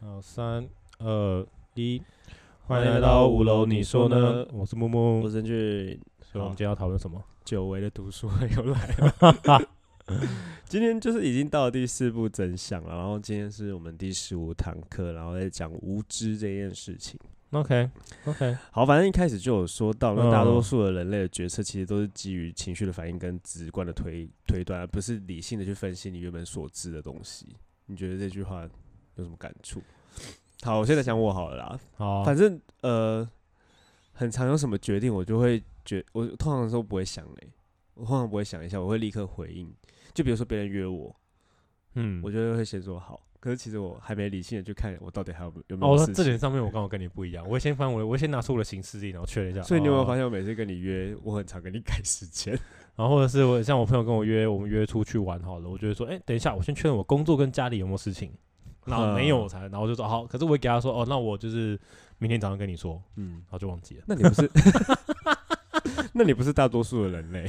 好，三二一，欢迎来到五楼，你说呢？我是木木，我是去所以我们今天要讨论什么？久违的读书会又来了。 今天就是已经到了第四部真相了，然后今天是我们第十五堂课，然后在讲无知这件事情。 OK OK，好，反正一开始就有说到，那嗯大多数的人类的决策其实都是基于情绪的反应跟直观的推推断，而不是理性的去分析你原本所知的东西。你觉得这句话有什么感触？好，我现在讲我好了啦，好，啊反正呃，很常有什么决定，我就会觉，我通常都不会想嘞、我通常不会想一下，我会立刻回应。就比如说别人约我，嗯，我就会先说好，可是其实我还没理性的去看我到底还有没有有没哦，有那事这情。点上面我刚好跟你不一样，我会先翻我的，我会先拿出我的行事历，然后确认一下。所以你有没有发哦？现，我每次跟你约，我很常跟你改时间。啊然后或者是我像我朋友跟我约，我们约出去玩好了，我就会说，哎，等一下，我先确认我工作跟家里有没有事情。然后没有我才，然后我就说好，可是我会给他说，哦，那我就是明天早上跟你说，嗯，然后就忘记了。那你不是？那你不是大多数的人类？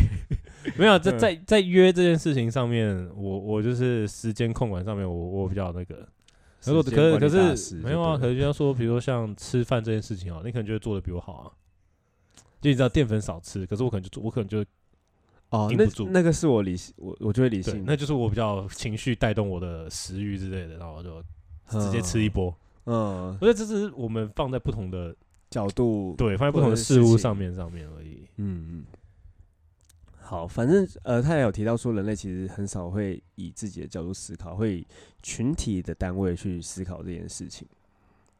没有，在在在约这件事情上面，我我就是时间控管上面我，我比较那个。可是我时间可管理是大可师是就没有啊，对可了是就像说，比如说像吃饭这件事情啊，你可能就会做的比我好啊。就你知道淀粉少吃，可是我可能就做，我可能就哦，顶那不住那个是我理性，我我就会理对性，，那就是我比较情绪带动我的食欲之类的，然后我就嗯直接吃一。波。嗯，我觉得这只是我们放在不同的角度对放在不同的事物上面上面而已。嗯，嗯，好，反正呃，他也有提到说，人类其实很少会以自己的角度思考，会以群体的单位去思考这件事情。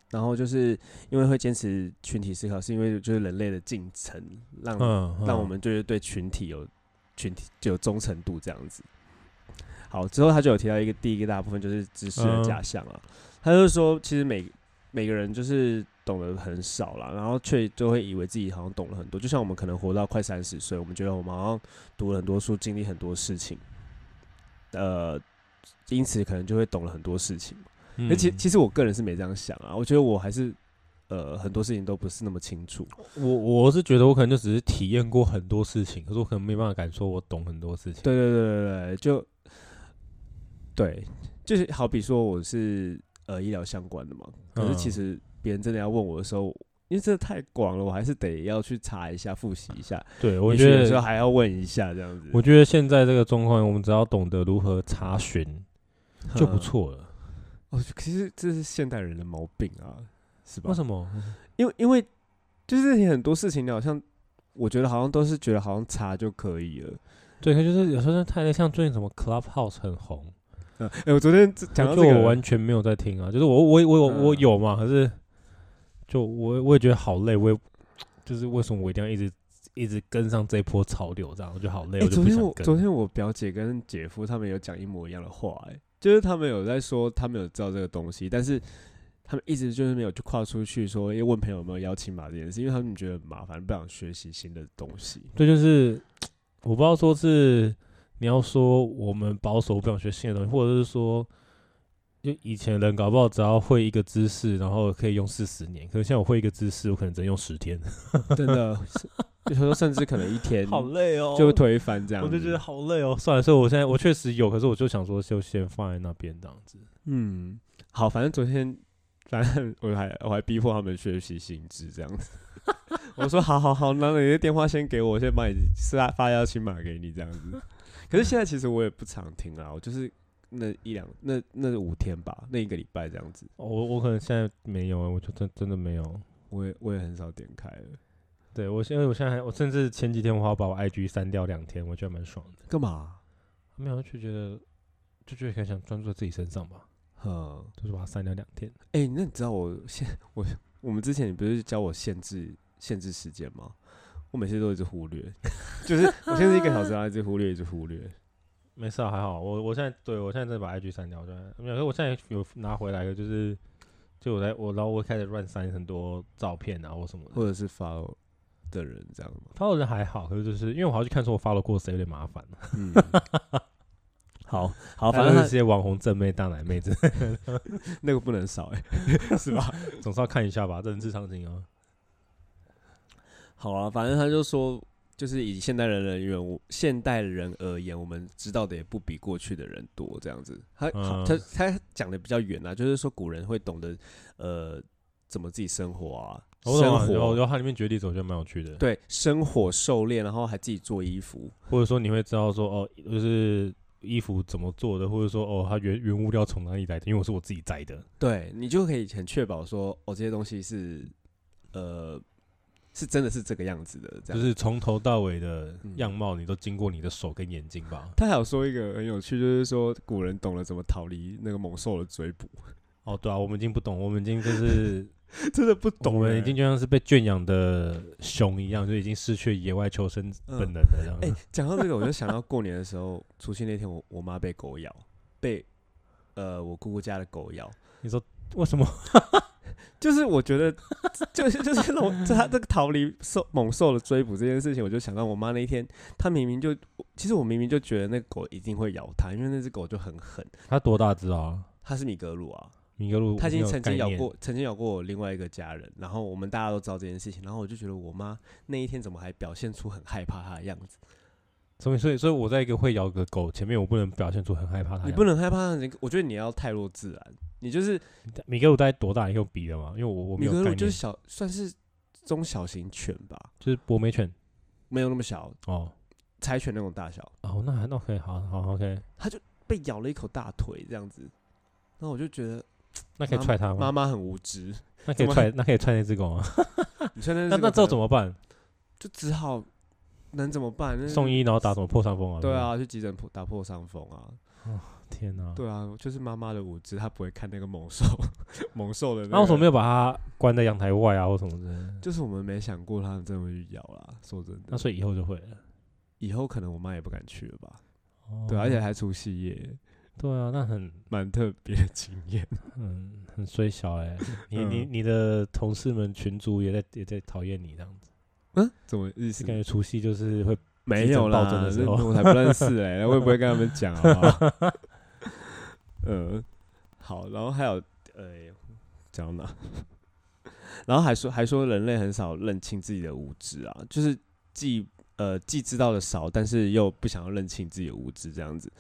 然后就是因为会坚持群体思考，是因为就是人类的进程让、嗯，嗯让我们就是对群体有群体就有忠诚度这样子。好，之后他就有提到一个第一个大部分就是知识的嗯假象啊，他就说其实每每个人就是懂得很少啦，然后却就会以为自己好像懂了很多，就像我们可能活到快三十岁，我们觉得我们好像读了很多书，经历很多事情，呃，因此可能就会懂了很多事情。嗯而且其实我个人是没这样想啊，我觉得我还是呃很多事情都不是那么清楚。我我是觉得我可能就只是体验过很多事情，可是我可能没办法敢说我懂很多事情。对对对对对，就对，就是好比说我是呃医疗相关的嘛，可是其嗯实别人真的要问我的时候，因为这太广了，我还是得要去查一下、复习一下。对，我也许觉有时候得，还要问一下这样子，我觉得现在这个状况，我们只要懂得如何查询就不嗯。错了。哦，其实这是现代人的毛病啊，是吧？为什么？因为因为就是很多事情，你好像我觉得好像都是觉得好像查就可以了。对，可就是有时候太像最近什么 Clubhouse 很红，嗯，哎、我昨天讲到就这个我，完全没有在听啊。就是我我我我我嗯有嘛，可是就我我也觉得好累，我也就是为什么我一定要一直一直跟上这波潮流这样，我就好累，欸我就昨不天想我昨跟。天我表姐跟姐夫他们有讲一模一样的话、欸，就是他们有在说他们有知道这个东西，但是他们一直就是没有去跨出去说，因为问朋友有没有邀请码这件事，因为他们觉得很麻烦，不想学习新的东西。对，就是我不知道说是你要说我们保守不想学新的东西，或者是说，就以前人搞不好只要会一个知识，然后可以用四十年，可是现在我会一个知识，我可能只能用十天， 真的， 是有时候甚至可能一天累哦就会推翻这样我子。就觉得好累哦。算了，所以我现在我确实有，可是我就想说就先放在那边这样子。嗯，好，反正昨天，反正我还我还逼迫他们学习薪资这样子。 我说好好好，那你的电话先给我，我先把你发发邀请码给你这样子。可是现在其实我也不常听啦，我就是那一两那那五天吧，那一个礼拜这样子，哦我我可能现在没有啊，我就真真的没有。我也我也很少点开了。对我现在我现在还我甚至前几天我还要把我 IG 删掉两天，我觉得蛮爽的。干嘛？啊没有就觉得就觉得很想专注在自己身上吧，嗯，就是把它删掉两天。哎、那你知道我现我我们之前你不是教我限制限制时间吗？我每次都一直忽略， 就是我现在是一个小时，然后一直忽略，一直忽略。没事啊，还好。我我现在对我现在真的把 IG 删掉，对，没有。可是我现在有拿回来的，就是就我在我然后我开始乱删很多照片啊或什么的。或者是 follow 的人这 样吗？发的人还好，可是就是因为我还要去看说我发了过谁，有点麻烦。啊嗯， 好好，反反正正是这他些网红正妹、大奶 妹，这那个不能少哎、欸 是 吧？哦总是要看一下吧，这人之常情啊。好啊，反正他就说，就是以现代人人员，我现代人而言，我们知道的也不比过去的人多，这样子。他好嗯他他讲的比较远啊，就是说古人会懂得呃怎么自己生活啊，我懂啊生有活有它里面举例子，我觉得蛮有趣的。，对生活狩猎，然后还自己做衣服，或者说你会知道说哦，就是衣服怎么做的，或者说哦，它原原物料从哪里来的，因为我是我自己摘的。对你就可以很确保说，哦，这些东西是呃是真的是这个样子的，这样就。是从头到尾的嗯样貌，你都经过你的手跟眼睛吧？他还有说一个很有趣，就是说古人懂了怎么逃离那个猛兽的追捕， 哦，对啊，我们已经不懂，我们已经就是真的不我 懂欸、们已经就像是被圈养的熊一样，就已经失去野外求生嗯本能了。这样哎子，讲到这个，我就想到过年的时候，除夕那天我，我妈被狗咬，被呃我姑姑家的狗咬，为 什么？就是我觉得，就是就是那种这他这个逃离兽猛兽的追捕这件事情，我就想到我妈那一天，她明明就，其实我明明就觉得那个狗一定会咬她，因为那只狗就很狠，它多大只啊？它是米格鲁啊，米格鲁，它已经曾经咬我没有概念，过，曾经咬过我另外一个家人，然后我们大家都知道这件事情，然后我就觉得我妈那一天怎么还表现出很害怕它的样子？所以所以所以我在一个会咬的狗前面，我不能表现出很害怕它。你不能害怕，你我觉得你要泰若自然，你就是米格鲁大概多大？你有比的吗？因为我我没米有概格鲁念，就是小，算是中小型犬吧，就是博美犬没有那么小，哦柴犬那种大小。哦，那还那 OK，好好 OK，被咬了一口大腿这样子，然后我就觉得那可以踹它吗？妈妈很无知。那可以怎么踹，那可以踹那只狗吗？你穿在那那这怎么么办？就只好能怎么办？那送医然后打什么破伤风啊？嗯对，啊，去急诊破打破伤风啊，天哪！对啊，就是妈妈的无知，她不会看那个猛兽 猛兽的、那那为什么没有？有把它关在阳台外啊，或什么之类的？就是我们没想过他们真的会去咬啦。说真那的，所以以后就会了。以后可能我妈也不敢去了吧？哦对，啊而且还除夕夜，对啊，那很蛮特别的经验。 嗯很衰小哎、你你嗯你的同事们群主也在也在讨厌你这样子，嗯，怎么意思就？感觉除夕就是会没急诊暴有啦，政的时这候我才不认 识哎、我也不会跟他们讲，好不好？ 嗯，好，然后还有呃，讲到哪？ 然后还说还说人类很少认清自己的无知啊，就是既呃既知道的少，但是又不想要认清自己的无知这样子。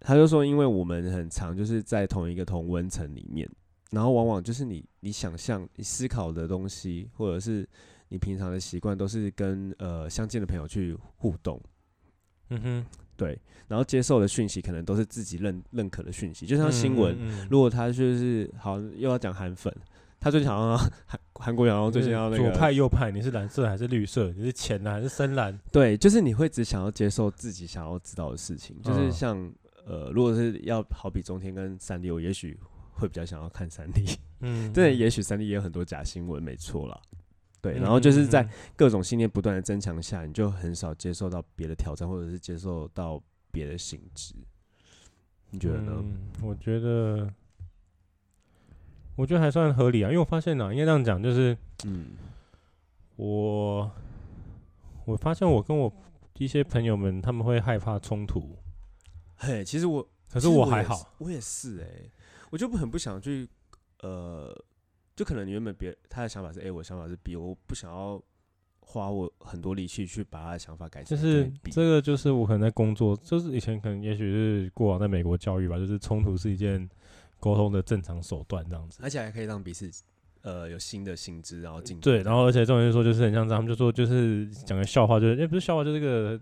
他就说，因为我们很常就是在同一个同温层里面，然后往往就是你你想象、你思考的东西，或者是你平常的习惯，都是跟呃相近的朋友去互动，嗯哼，对，然后接受的讯息可能都是自己认认可的讯息，就像新闻，嗯嗯嗯如果他就是好又要讲韩粉，他最想要韩韩国想要最想要那嗯左个派右派，你是蓝色还是绿色？你是浅蓝还是深蓝？对，就是你会只想要接受自己想要知道的事情，就是嗯像、呃，如果是要好比中天跟三 D，我也许会比较想要看三 D，嗯，对，嗯也许三 D 也有很多假新闻，没错啦。对，嗯然后就是嗯在嗯各种信念不断的增强下，你就很少接受到别的挑战，或者是接受到别的性质。你觉得呢？嗯，我觉得，我觉得还算合理啊，因为我发现呢、应该这样讲，就是嗯我，我发现我跟我一些朋友们，他们会害怕冲突，嘿，其实我可是其实我我还也是好，我也是哎、我就不很不想去呃，就可能原本别他的想法是欸 A，我的想法是 B，我不想要花我很多力气去把他的想法改就成是 B。这个就是我可能在工作，就是以前可能也许是过往在美国教育吧，就是冲突是一件沟通的正常手段这样子。而且还可以让彼此呃有新的薪资，然后进对，然后而且重点是说，就是很像这样他们就说就是讲个笑话，就是哎、不是笑话，就是这个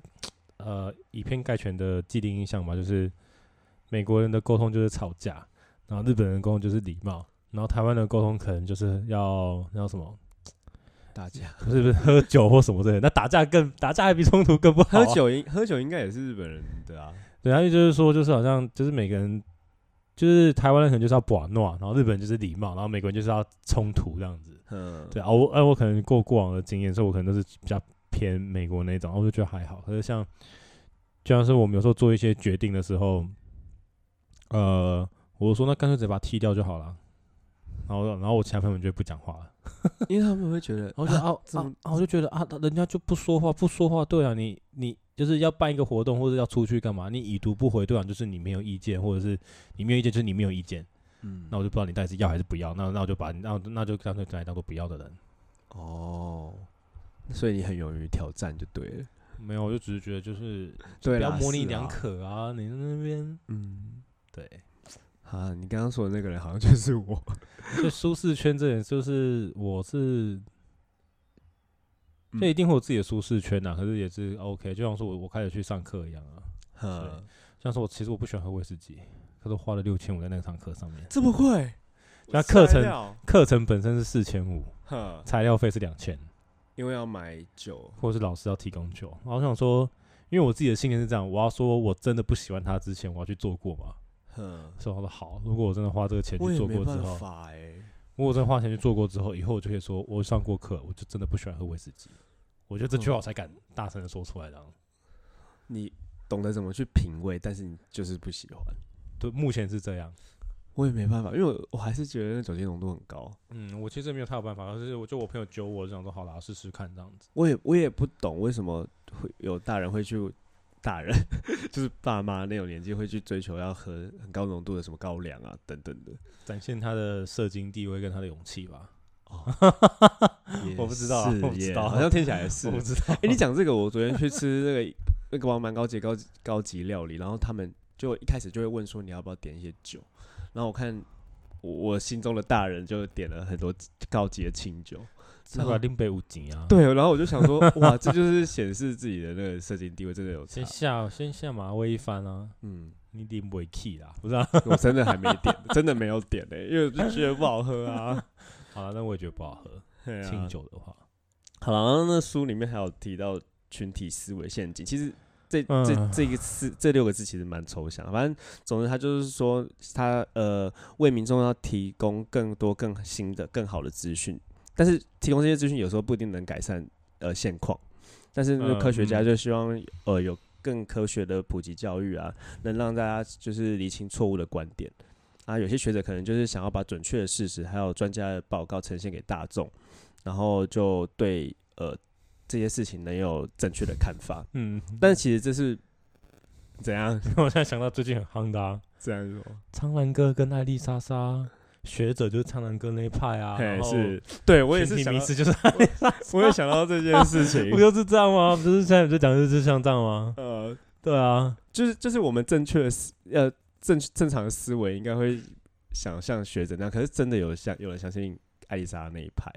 呃以偏概全的既定印象嘛，就是美国人的沟通就是吵架，然后日本人的沟通就是礼貌，然后台湾的沟通可能就是要要什么，大家。不是不是喝酒或什么之类的，那打架更打架还比冲突更不好、啊喝，酒应喝酒应该也是日本人的啊，对，然后就是说就是好像就是每个人。就是台湾人可能就是要寡诺，然后日本人就是礼貌，然后美国人就是要冲突这样子。嗯，对啊，我哎、我可能过过往的经验，所以我可能都是比较偏美国那种，我就觉得还好。可是像就像是我们有时候做一些决定的时候，呃，我说那干脆直接把它踢掉就好了。然后，然后我其他朋友们就不讲话了。因为他们会觉得，然后就啊怎么啊啊，我就觉得啊，人家就不说话，不说话。对啊，你你就是要办一个活动或者要出去干嘛，你已读不回，对啊，就是你没有意见，或者是你没有意见，就是你没有意见。嗯那我就不知道你到底是要还是不要。那那我就把你那我那就干脆把你当做不要的人。哦，所以你很勇于挑战就对了，没有，我就只是觉得就是对不啦，要模是棱啦两。可啊！你在那 边嗯，对，啊，你刚刚说的那个人好像就是 我。就舒适圈这点，就是我是，嗯就一定会有自己的舒适圈啊呐、可是也是 OK，就像说我我开始去上课一样啊。哈，像是我其实我不喜欢喝威士忌，可是花了六千五在那堂课上面，这么贵？那我课吓一程跳课程本身是四千五，哈，材料费是两千，因为要买酒。或者是老师要提供酒。然后我想说，因为我自己的信念是这样，我要说我真的不喜欢它之前，我要去做过嘛。哼，所以我说好，如果我真的花这个钱我去也做没过之办后，法哎。如果真的花钱去做过之后，以后我就可以说我上过课，我就真的不喜欢喝威士忌。我觉得这句话嗯我才敢大声的说出来的啊。你懂得怎么去品味，但是你就是不喜欢。对，目前是这样。我也没办法，因为我我还是觉得那酒精浓度很高。嗯，我其实没有太有办法，但是我就我朋友揪我，我就想说好啦，试试看这样子。我也我也不懂为什么会有大人会去大人， 就是爸妈那种年纪会去追求要喝很高浓度的什么高粱啊等等的。展现他的社经地位跟他的勇气吧。也 我不知道啊哦是我不知耶道啊好像听起来也是我。不知道。啊哎、你讲这个，我昨天去吃那个那个王蛮高级高级高级料理，然后他们就一开始就会问说你要不要点一些酒，然后我看我我心中的大人就点了很多高级的清酒， 那个林北五斤啊？，对，然后我就想说哇，这就是显示自己的那个社经地位真的有差先，下先下马威一番啊！嗯。你林北 key 啦，不是啊？ 我真的还没点，真的没有点呢、因为我就觉得不好喝啊。 好了，那我也觉得不好喝。对啊清。酒的话，好了，然后那书里面还有提到群体思维陷阱，其实这这嗯这个四这六个字其实蛮抽象的，反正总之他就是说他呃为民众要提供更多更新的更好的资讯，但是提供这些资讯有时候不一定能改善呃现况，但是那个嗯科学家嗯就希望呃有更科学的普及教育啊，能让大家就是理清错误的观点。啊，有些学者可能就是想要把准确的事实还有专家的报告呈现给大众，然后就对呃这些事情能有正确的看法。嗯，但 其实这是怎 样我现在想到最近很夯的、啊，这样说？苍兰哥跟艾丽莎莎学者就是苍兰哥那一派啊，嘿然，后是对我也是群体想迷到，失，就是我也想到这件事情 不。就是这样吗？不是现在就讲就是像这样吗？呃，对啊，就是就是我们正确的思呃正正常的思维应该会想像学者那样，可是真的有相有人相信艾丽莎那一派。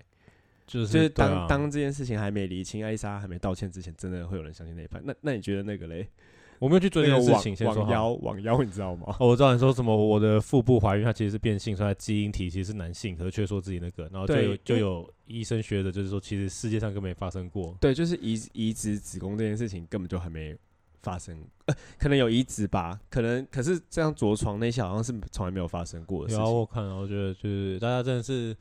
就是就对是当、啊当这件事情还没厘清，艾丽莎还没道歉之前，真的会有人相信那一派。那那你觉得那个嘞？我没有去追这那个个事网情，先说网好。妖网妖，你知道 吗？哦，我知道你说什么，我的腹部怀孕，它其实是变性，所以它基因体其实是男性，可是却说自己那个，然后就对有就因为有医生学的，就是说其实世界上根本没发生过，对，就是移移植子宫这件事情根本就还没发生，呃，可能有移植吧，可能可是这样着床那些好像是从来没有啊发生过的事然后情。啊我看了，我觉得就是大家真的是，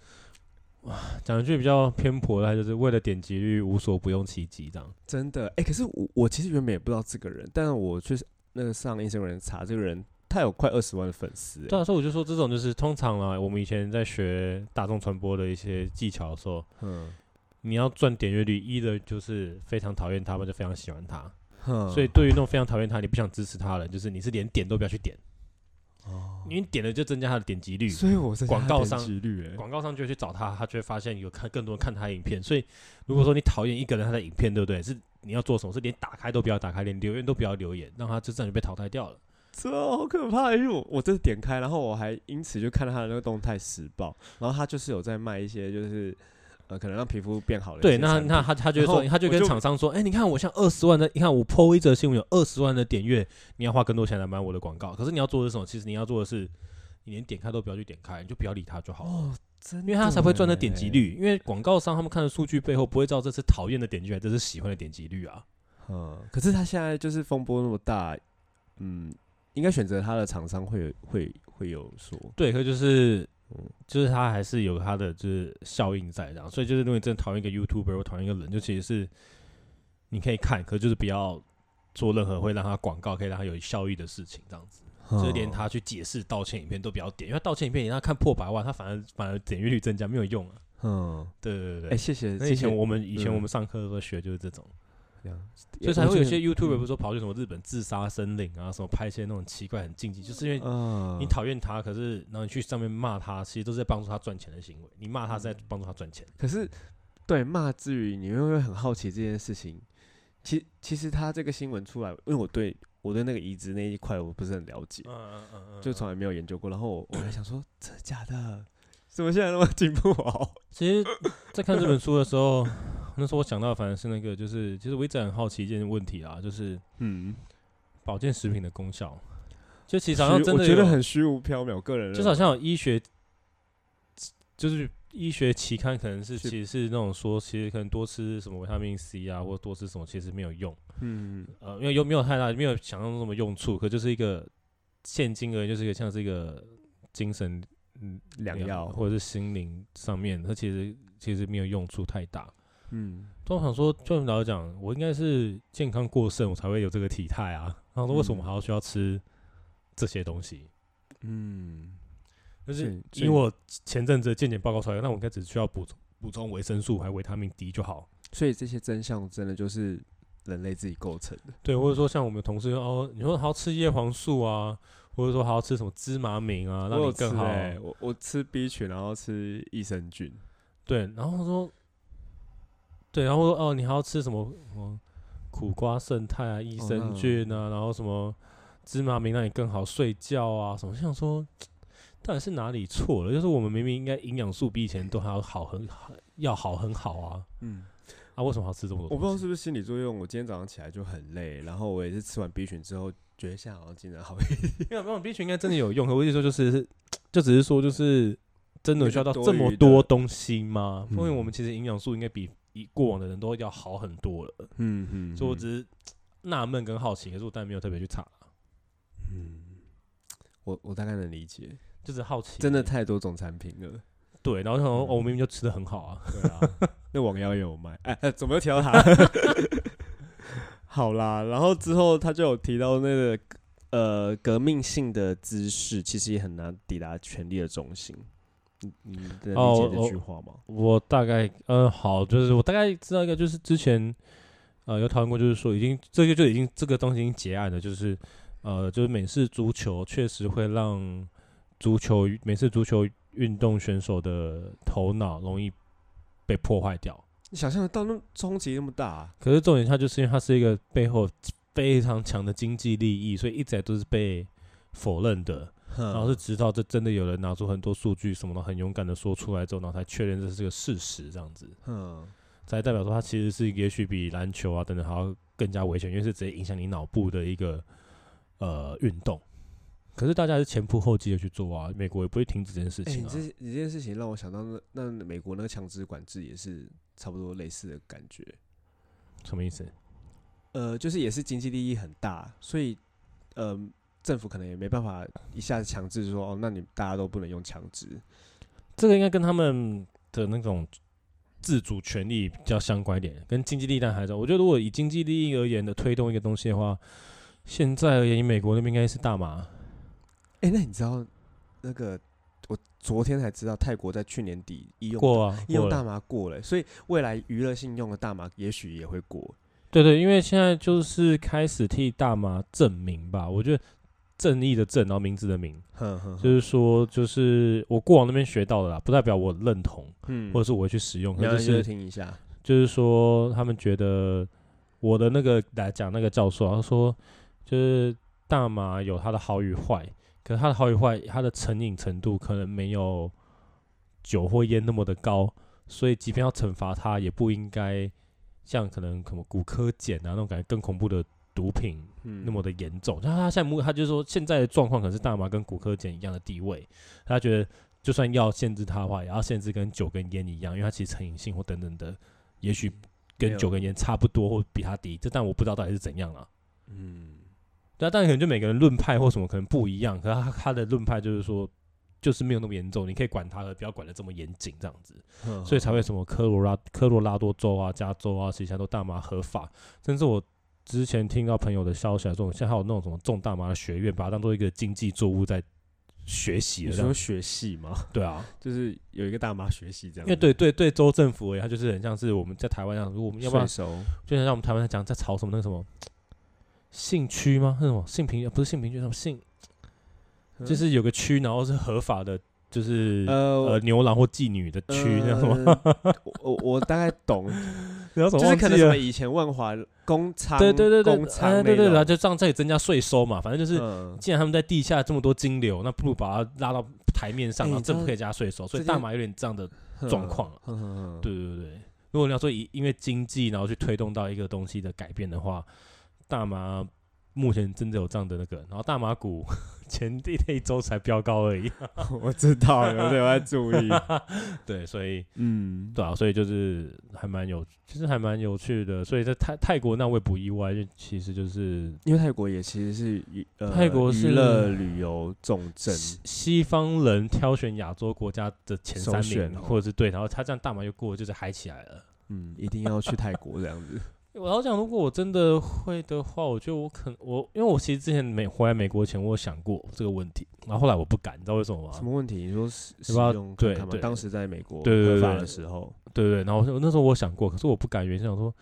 哇，讲一句比较偏颇的，他就是为了点击率无所不用其极这样。真的，哎、可是我我其实原本也不知道这个人，但我去那个上 Instagram 查这个人，他有快二十万的粉丝、对欸，啊，所以我就说这种就是通常啊，我们以前在学大众传播的一些技巧的时候，嗯，你要赚点阅率，一的就是非常讨厌他，或者非常喜欢他。哼所以对于那种非常讨厌他，你不想支持他的人，就是你是连点都不要去点，哦因为点了就增加他的点击率，所以我是嗯广告商几率、欸，广告商就会去找他，他就会发现有看更多人看他的影片。所以如果说你讨厌一个人他的影片，对不对？是你要做什么？是连打开都不要打开，连留言都不要留言，让他就这样就被淘汰掉了。这好可怕！因为我我这点开，然后我还因此就看到他的那个动态时报，然后他就是有在卖一些就是呃可能让皮肤变好的一对，些那产品那他他就会然后说，他就我跟就厂商说，哎、你看我像二十万的，你看我 PO 一则新闻有二十万的点阅，你要花更多钱来买我的广告。可是你要做的是什么？其实你要做的是，你连点开都不要去点开，你就不要理他就好了。哦，真的欸因为他才会赚到点击耶，率，因为广告商他们看的数据背后不会知道这是讨厌的点击率，还是这是喜欢的点击率啊。嗯，可是他现在就是风波那么大，嗯，应该选择他的厂商会有会会有说，对，可就是嗯就是它还是有它的就是效应在这样，所以就是如果你真的讨厌一个 YouTuber 或讨厌一个人，就其实是你可以看，可就是不要做任何会让他广告可以让他有效益的事情，这样子。就是哦连他去解释道歉影片都不要点，因为他道歉影片你让他看破百万，他反而反而点阅率增加没有用啊。嗯，对对对哎、对。谢谢，那谢以谢前我们以前嗯我们上课的时候学就是这种，这样所以才会有些我觉嗯 YouTuber 不是说跑去什么日本自杀森林啊，什么拍一些那种奇怪很禁忌，就是因为得嗯你讨厌他，可是然后你去上面骂他，其实都是在帮助他赚钱的行为。你骂他是在帮助他赚钱，可是，对骂之余，你又会很好奇这件事情其其实他这个新闻出来，因为我对我对那个移植那一块我不是很了解，嗯嗯嗯就从来没有研究过。然后我我还想说，真的假的？怎么现在那么进步啊 好？其实，在看这本书的时候， 那时候我想到，反正是那个，就是其实我一直很好奇一件问题啦，就是嗯，保健食品的功效。就其实好像虚真的我觉得有很虚无缥缈。我个人认为就是好像有医学，就是医学期刊可能是是其实是那种说，其实可能多吃什么维他命 C 啊，或多吃什么其实没有用，嗯，呃，因为又没有太大，没有想象中的用处，可就是一个现金而言，就是一个像是一个精神嗯良疗药或者是心灵上面，它其实其实没有用处太大。嗯，通常说，就老实讲，我应该是健康过剩，我才会有这个体态啊。然后说，为什么嗯还要需要吃这些东西？嗯，就所是以所以因为我前阵子的健检报告出来，那我应该只需要补充补充维生素还有维他命 D 就好。所以这些真相真的就是人类自己构成的。对，或者说像我们同事哦，你说还要吃叶黄素啊，或者说还要吃什么芝麻明啊，让我你有吃更好。欸我我吃 B 群，然后吃益生菌，对，然后说，对，然后说哦，你还要吃什么什么苦瓜胜肽啊、益哦生那菌啊，然后什么芝麻明让你更好睡觉啊，什么想说，到底是哪里错了？就是我们明明应该营养素比以前都还要好很好，要好很好啊，嗯，啊，为什么还要吃这么多我东不知道西是不是心理作用，我今天早上起来就很累，然后我也是吃完 B 群之后，觉得现在好像精神好一点。没有没有，B 群应该真的有用。可我意思说就是，就只是说就是真的有需要到那个这多余么的多东西吗？嗯因为我们其实营养素应该比以过往的人都要好很多了，嗯嗯所以我只是纳闷跟好奇，可是我但没有特别去查，嗯，我我大概能理解，就是好奇。真的太多种产品了。对，然后想说嗯哦，我明明就吃的很好啊，对啊， 那网妖也有卖，哎， 哎怎么又提到他？好啦，然后之后他就有提到那个呃革命性的姿势，其实也很难抵达权力的中心。你你能理哦解我这句话吗？我大概呃好，就是我大概知道一个，就是之前呃有讨论过，就是说已经这个就已经这个东西已经结案了，就是呃就是美式足球确实会让足球美式足球运动选手的头脑容易被破坏掉。你想象得到那冲击那么大、啊可是重点它就是因为它是一个背后非常强的经济利益，所以一直以来都是被否认的。然然后是直到这真的有人拿出很多数据什么的，很勇敢的说出来之后，然后才确认这是个事实，这样子嗯，才代表说它其实是也许比篮球啊等等还要更加危险，因为是直接影响你脑部的一个呃运动。可是大家是前仆后继的去做啊，美国也不会停止这件事哎、情你啊。这你这件事情让我想到那那美国那个强制管制也是差不多类似的感觉，什么意思？呃，就是也是经济利益很大，所以呃，政府可能也没办法一下子强制说哦，那你大家都不能用强制，这个应该跟他们的那种自主权利比较相关一点，跟经济利益但还在。我觉得如果以经济利益而言的推动一个东西的话，现在而言，以美国那边应该是大麻。哎、那你知道那个我昨天才知道，泰国在去年底医用过啊，医用过了大麻过了，所以未来娱乐性用的大麻也许也会过。对对，因为现在就是开始替大麻证明吧，我觉得正义的正，然后名字的名，哼哼就哼，是说，就是我过往那边学到的啦，不代表我认同，嗯或者是我会去使用，你可要是就是听一下，就是说，他们觉得我的那个来讲那个教授啊，他说就是大麻有它的好与坏，可是它的好与坏，它的成瘾程度可能没有酒或烟那么的高，所以即便要惩罚它，也不应该像可能什么骨科碱啊那种感觉更恐怖的毒品嗯那么的严重。但他现在目他就说现在的状况可能是大麻跟骨科碱一样的地位，他觉得就算要限制它的话，也要限制跟酒跟烟一样，因为它其实成瘾性或等等的，也许没跟有酒跟烟差不多或比它低，这但我不知道到底是怎样了。嗯对啊，当然可能就每个人论派或什么可能不一样，可是他他的论派就是说，就是没有那么严重，你可以管他的，不要管的这么严谨这样子，哼所以才会哼什么科罗拉科罗拉多州啊、加州啊，其实现在都大麻合法，甚至我之前听到朋友的消息来说，现在还有那种什么种大麻的学院，把它当做一个经济作物在学习你了这样说子。学系吗？对啊，就是有一个大妈学习这样因子，为对对对州政府而言，它就是很像是我们在台湾这样，如果我们要不然税收，就像我们台湾在讲在吵什么那个什么性区吗？那什么性平不是性平区，什么性就是有个区，然后是合法的，就是呃嗯呃牛郎或妓女的区，那呃什么 我我我大概懂，然后什么就是忘可记能什了么以前万华工厂，对对对对，工厂哎那对对，种然后就让这里增加税收嘛，反正就是。嗯既然他们在地下这么多金流，那不如把它拉到台面上，哎然后你知政道府可以加税收，所以这件大麻有点这样的嗯状况啊哼哼哼对 对对，如果你要说以因为经济然后去推动到一个东西的改变的话，大麻目前真的有这样的那个，然后大麻股 前一那一周才飙高而已。我知道了，我在注意。 对，所以 嗯，对啊，所以就是还蛮有，其实还蛮有趣的。所以在泰泰国那我也不意外，就其实就是因为泰国也其实是娱呃泰国娱是乐旅游重镇，西西方人挑选亚洲国家的前首三选名，哦或者是对，然后他这样大麻就过，就是嗨起来了。嗯，一定要去泰国这样 子。我要讲，如果我真的会的话，我觉得我可能我，因为我其实之前美回来美国前，我有想过这个问题，然后后来我不敢，你知道为什么吗？什么问题？你说使使要不要用看对看吗对当时在美国对对合对法对的时候，对对，然后我那时候我想过，可是我不敢，原先想说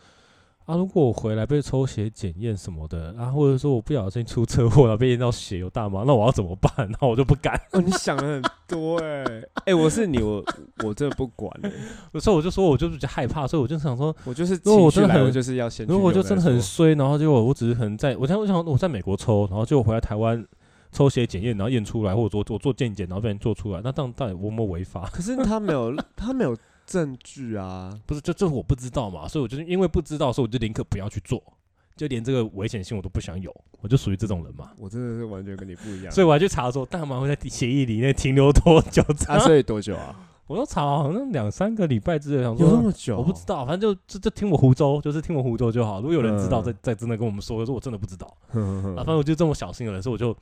啊，如果我回来被抽血检验什么的啊，或者说我不小心出车祸了被验到血有大麻，那我要怎么办？然后我就不敢，哦，你想的很多哎、哎、我是你，我我真的不管、欸，所以我就说我就是比较害怕，所以我就想说，我就是如果情我绪真的来，很我就是要先去如果我就留再真的很说衰，然后结果我只是可能在我在我想我在美国抽，然后结果回来台湾抽血检验，然后验出来，或者我做我做健检，然后被人做出来，那当到底有没有违法？可是他没有，他没有证据啊。不是，就就是我不知道嘛，所以我就是因为不知道，所以我就宁可不要去做，就连这个危险性我都不想有，我就属于这种人嘛。我真的是完全跟你不一样。所以我还去查说大麻会在协议里面停留多久？ 这啊，样所以多久啊？我都查好像两三个礼拜之类，想有那说么久？ 我不知道，反正就就就听我胡诌，就是听我胡诌就好。如果有人知道，嗯再再真的跟我们说。可是我真的不知道。啊，道反正我就这么小心的人，所以我就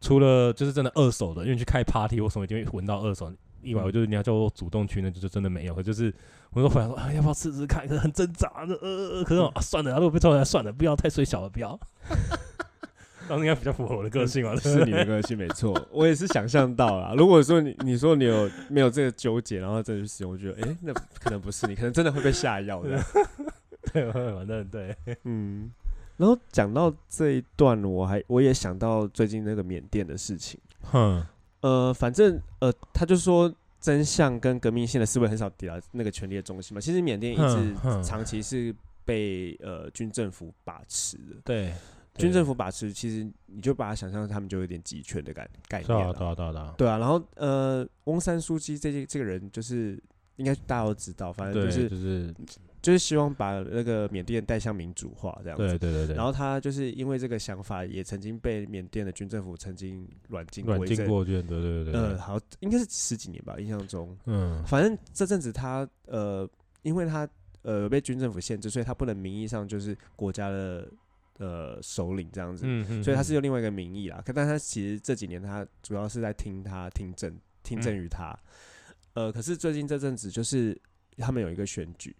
除了就是真的二手的，因为去开 party 或什么一定会闻到二手。以外，我就是你要叫我主动去，那就是真的没有。可就是我就回来说，啊，要不要试试看？可是很挣扎，呃呃，呃可是我、啊、算了，如果被抽来算了，不要太水小了，不要。 当然应该比较符合我的个 性嘛，对不是对你的个性没错，我也是想象到啦。如果说你你说你有没有这个纠结，然后真的去使用，我觉得哎、诶那可能不是你，可能真的会被下 药的。对，反正对，嗯，然后讲到这一段，我还我也想到最近那个缅甸的事情。哼，呃，反正呃，他就说真相跟革命性的思维很少抵达那个权力的中心嘛。其实缅甸一直哼哼长期是被呃军政府把持的，对，军对政府把持，其实你就把它想象他们就有点集权的概概是啊，念对了。啊，对啊，对啊，对啊，然后呃，翁山书记这这个人就是应该大家都知道，反正对，就是啊是，就是希望把那个缅甸带向民主化这样子。对对对对，然后他就是因为这个想法，也曾经被缅甸的军政府曾经软禁软过一禁阵过嗯去，对对对呃，对，好，应该是十几年吧，印象中。嗯，反正这阵子他呃，因为他呃被军政府限制，所以他不能名义上就是国家的呃首领这样子，嗯所以他是有用另外一个名义啦。可但他其实这几年他主要是在听他听政听嗯政于他，呃，可是最近这阵子就是他们有一个选举。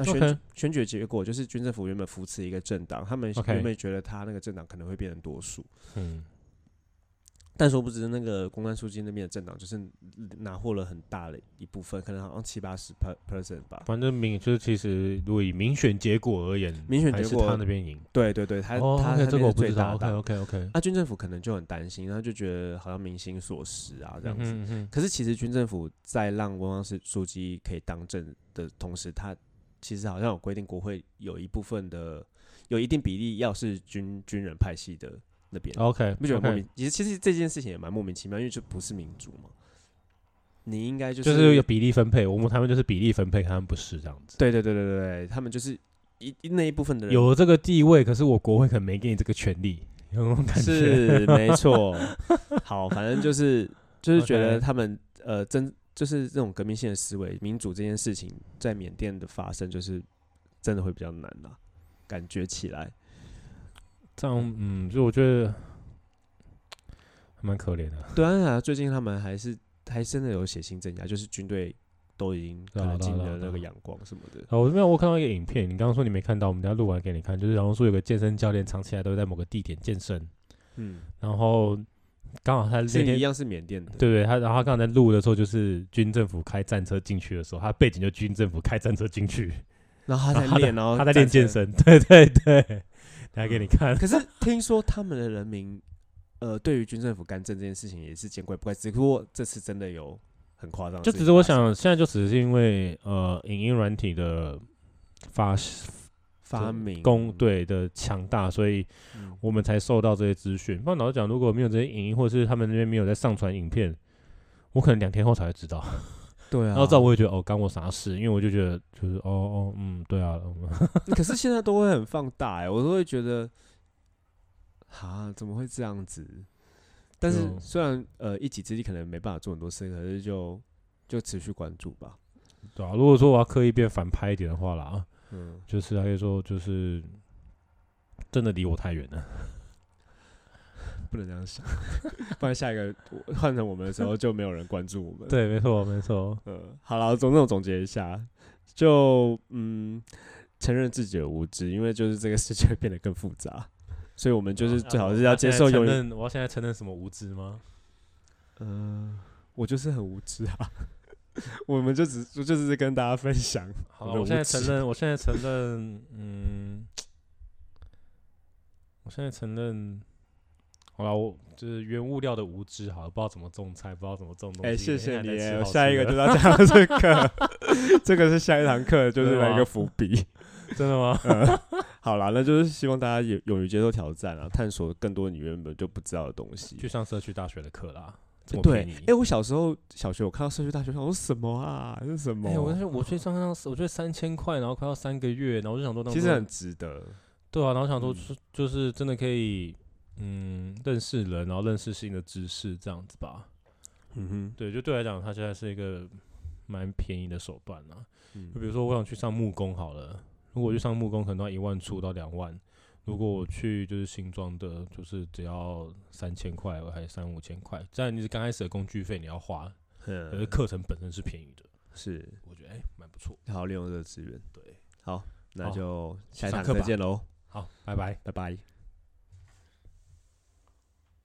那选 OK 举选举的结果就是军政府原本扶持一个政党，他们 OK 原本觉得他那个政党可能会变成多数，嗯但殊不知，那个公安书记那边的政党就是拿获了很大的一部分，可能好像七八十 per percent 吧。反正民就是其实，如果以民选结果而言，民选还结是果他那边赢。对对对，他、哦他，OK，他这个我那边是不最知道。大的党。啊 OK OK，那、军政府可能就很担心，他就觉得好像民心所失啊这样子。嗯可是其实军政府在让文王是书记可以当政的同时，他其实好像有规定，国会有一部分的有一定比例要是军军人派系的那边。嗯哦，OK，你不觉得莫名？其实其实这件事情也蛮莫名其妙，因为这不是民主嘛。你应该就就是有比例分配，我们他们就是比例分配，他们不是这样子。对对对对对对，他们就是一一那一部分的人有这个地位，可是我国会可能没给你这个权利，有那种感觉。是没错。好，反正就是就是觉得 OK 他们呃真就是这种革命性的思维，民主这件事情在缅甸的发生，就是真的会比较难啦、感觉起来， 这样，嗯，就我觉得还蛮可怜的。对啊，最近他们还是还真的有写信增加，就是军队都已经可对啊能对啊进对啊了那对啊个阳光什么的。啊，我没有，我看到一个影片，你刚刚说你没看到，我们等一下录完给你看，就是然后说有个健身教练长期来都在某个地点健身，嗯，然后刚好他是那一天样是缅甸的，对对，他然后他刚才在录的时候，就是军政府开战车进去的时候，他背景就军政府开战车进去，然后他然后在练，然后他在站练健起来身，对对对，等下给你看， 可是听说他们的人民，呃，对于军政府干政这件事情也是见怪不怪，只不过这次真的有很夸张的就只事情发生。是我想现在就只是因为呃影音软体的发发明工，队的强大，所以嗯我们才受到这些资讯。不然老实讲，如果没有这些影音，或者是他们那边没有在上传影片，我可能两天后才会知道。对啊，然后这样我也觉得哦，干我啥事？因为我就觉得就是哦哦嗯，对啊，嗯可是现在都会很放大哎、我都会觉得，啊，怎么会这样子？但是就虽然呃一己之力可能没办法做很多事，可是就就持续关注吧。对啊。如果说我要刻意变反派一点的话啦，嗯，就是还可以说就是真的离我太远了。不能这样想， 不然下一个我换成我们的时候就没有人关注我们。，对，没错，没错。嗯，好了，总总总结一下，就嗯承认自己的无知，因为就是这个世界变得更复杂，所以我们就是最好是要接受我现永在承远。认，我要现在承认什么无知吗？嗯，我就是很无知啊。 我们就只就就是跟大家分享，好我了，的我现在无承知认，我现在承认，嗯，我现在承认，好了，我就是原物料的无知，好了，不知道怎么种菜，不知道怎么种东西。哎、谢每谢天还你在吃耶，好我吃下一个的就要讲到这个，这个 是下一堂课，就是真的来一个吗伏笔。真的吗？嗯，好啦，那就是希望大家勇勇于接受挑战啊，探索更多你原本就不知道的东西。去上社区大学的课啦，这欸么对便宜，哎、我小时候小学我看到社区大学，我想说什么啊？这是什么？哎、我那时候我去上上，我觉得三千块，然后快要三个月，然后我就想说当其做，实很值得。对啊，然后想说嗯就、就是真的可以，嗯，认识人，然后认识新的知识，这样子吧。嗯对，就对我来讲，它现在是一个蛮便宜的手段啦。哼，就比如说我想去上木工好了，如果我去上木工可能要一万出到两万，如果我去就是新装的，就是只要三千块还是三五千块，这样你是刚开始的工具费你要花，可是嗯，课程本身是便宜的，是，我觉得哎蛮、不错。好好利用这个资源。对，好，那好就下一上堂课再吧见喽，好，拜拜。拜拜。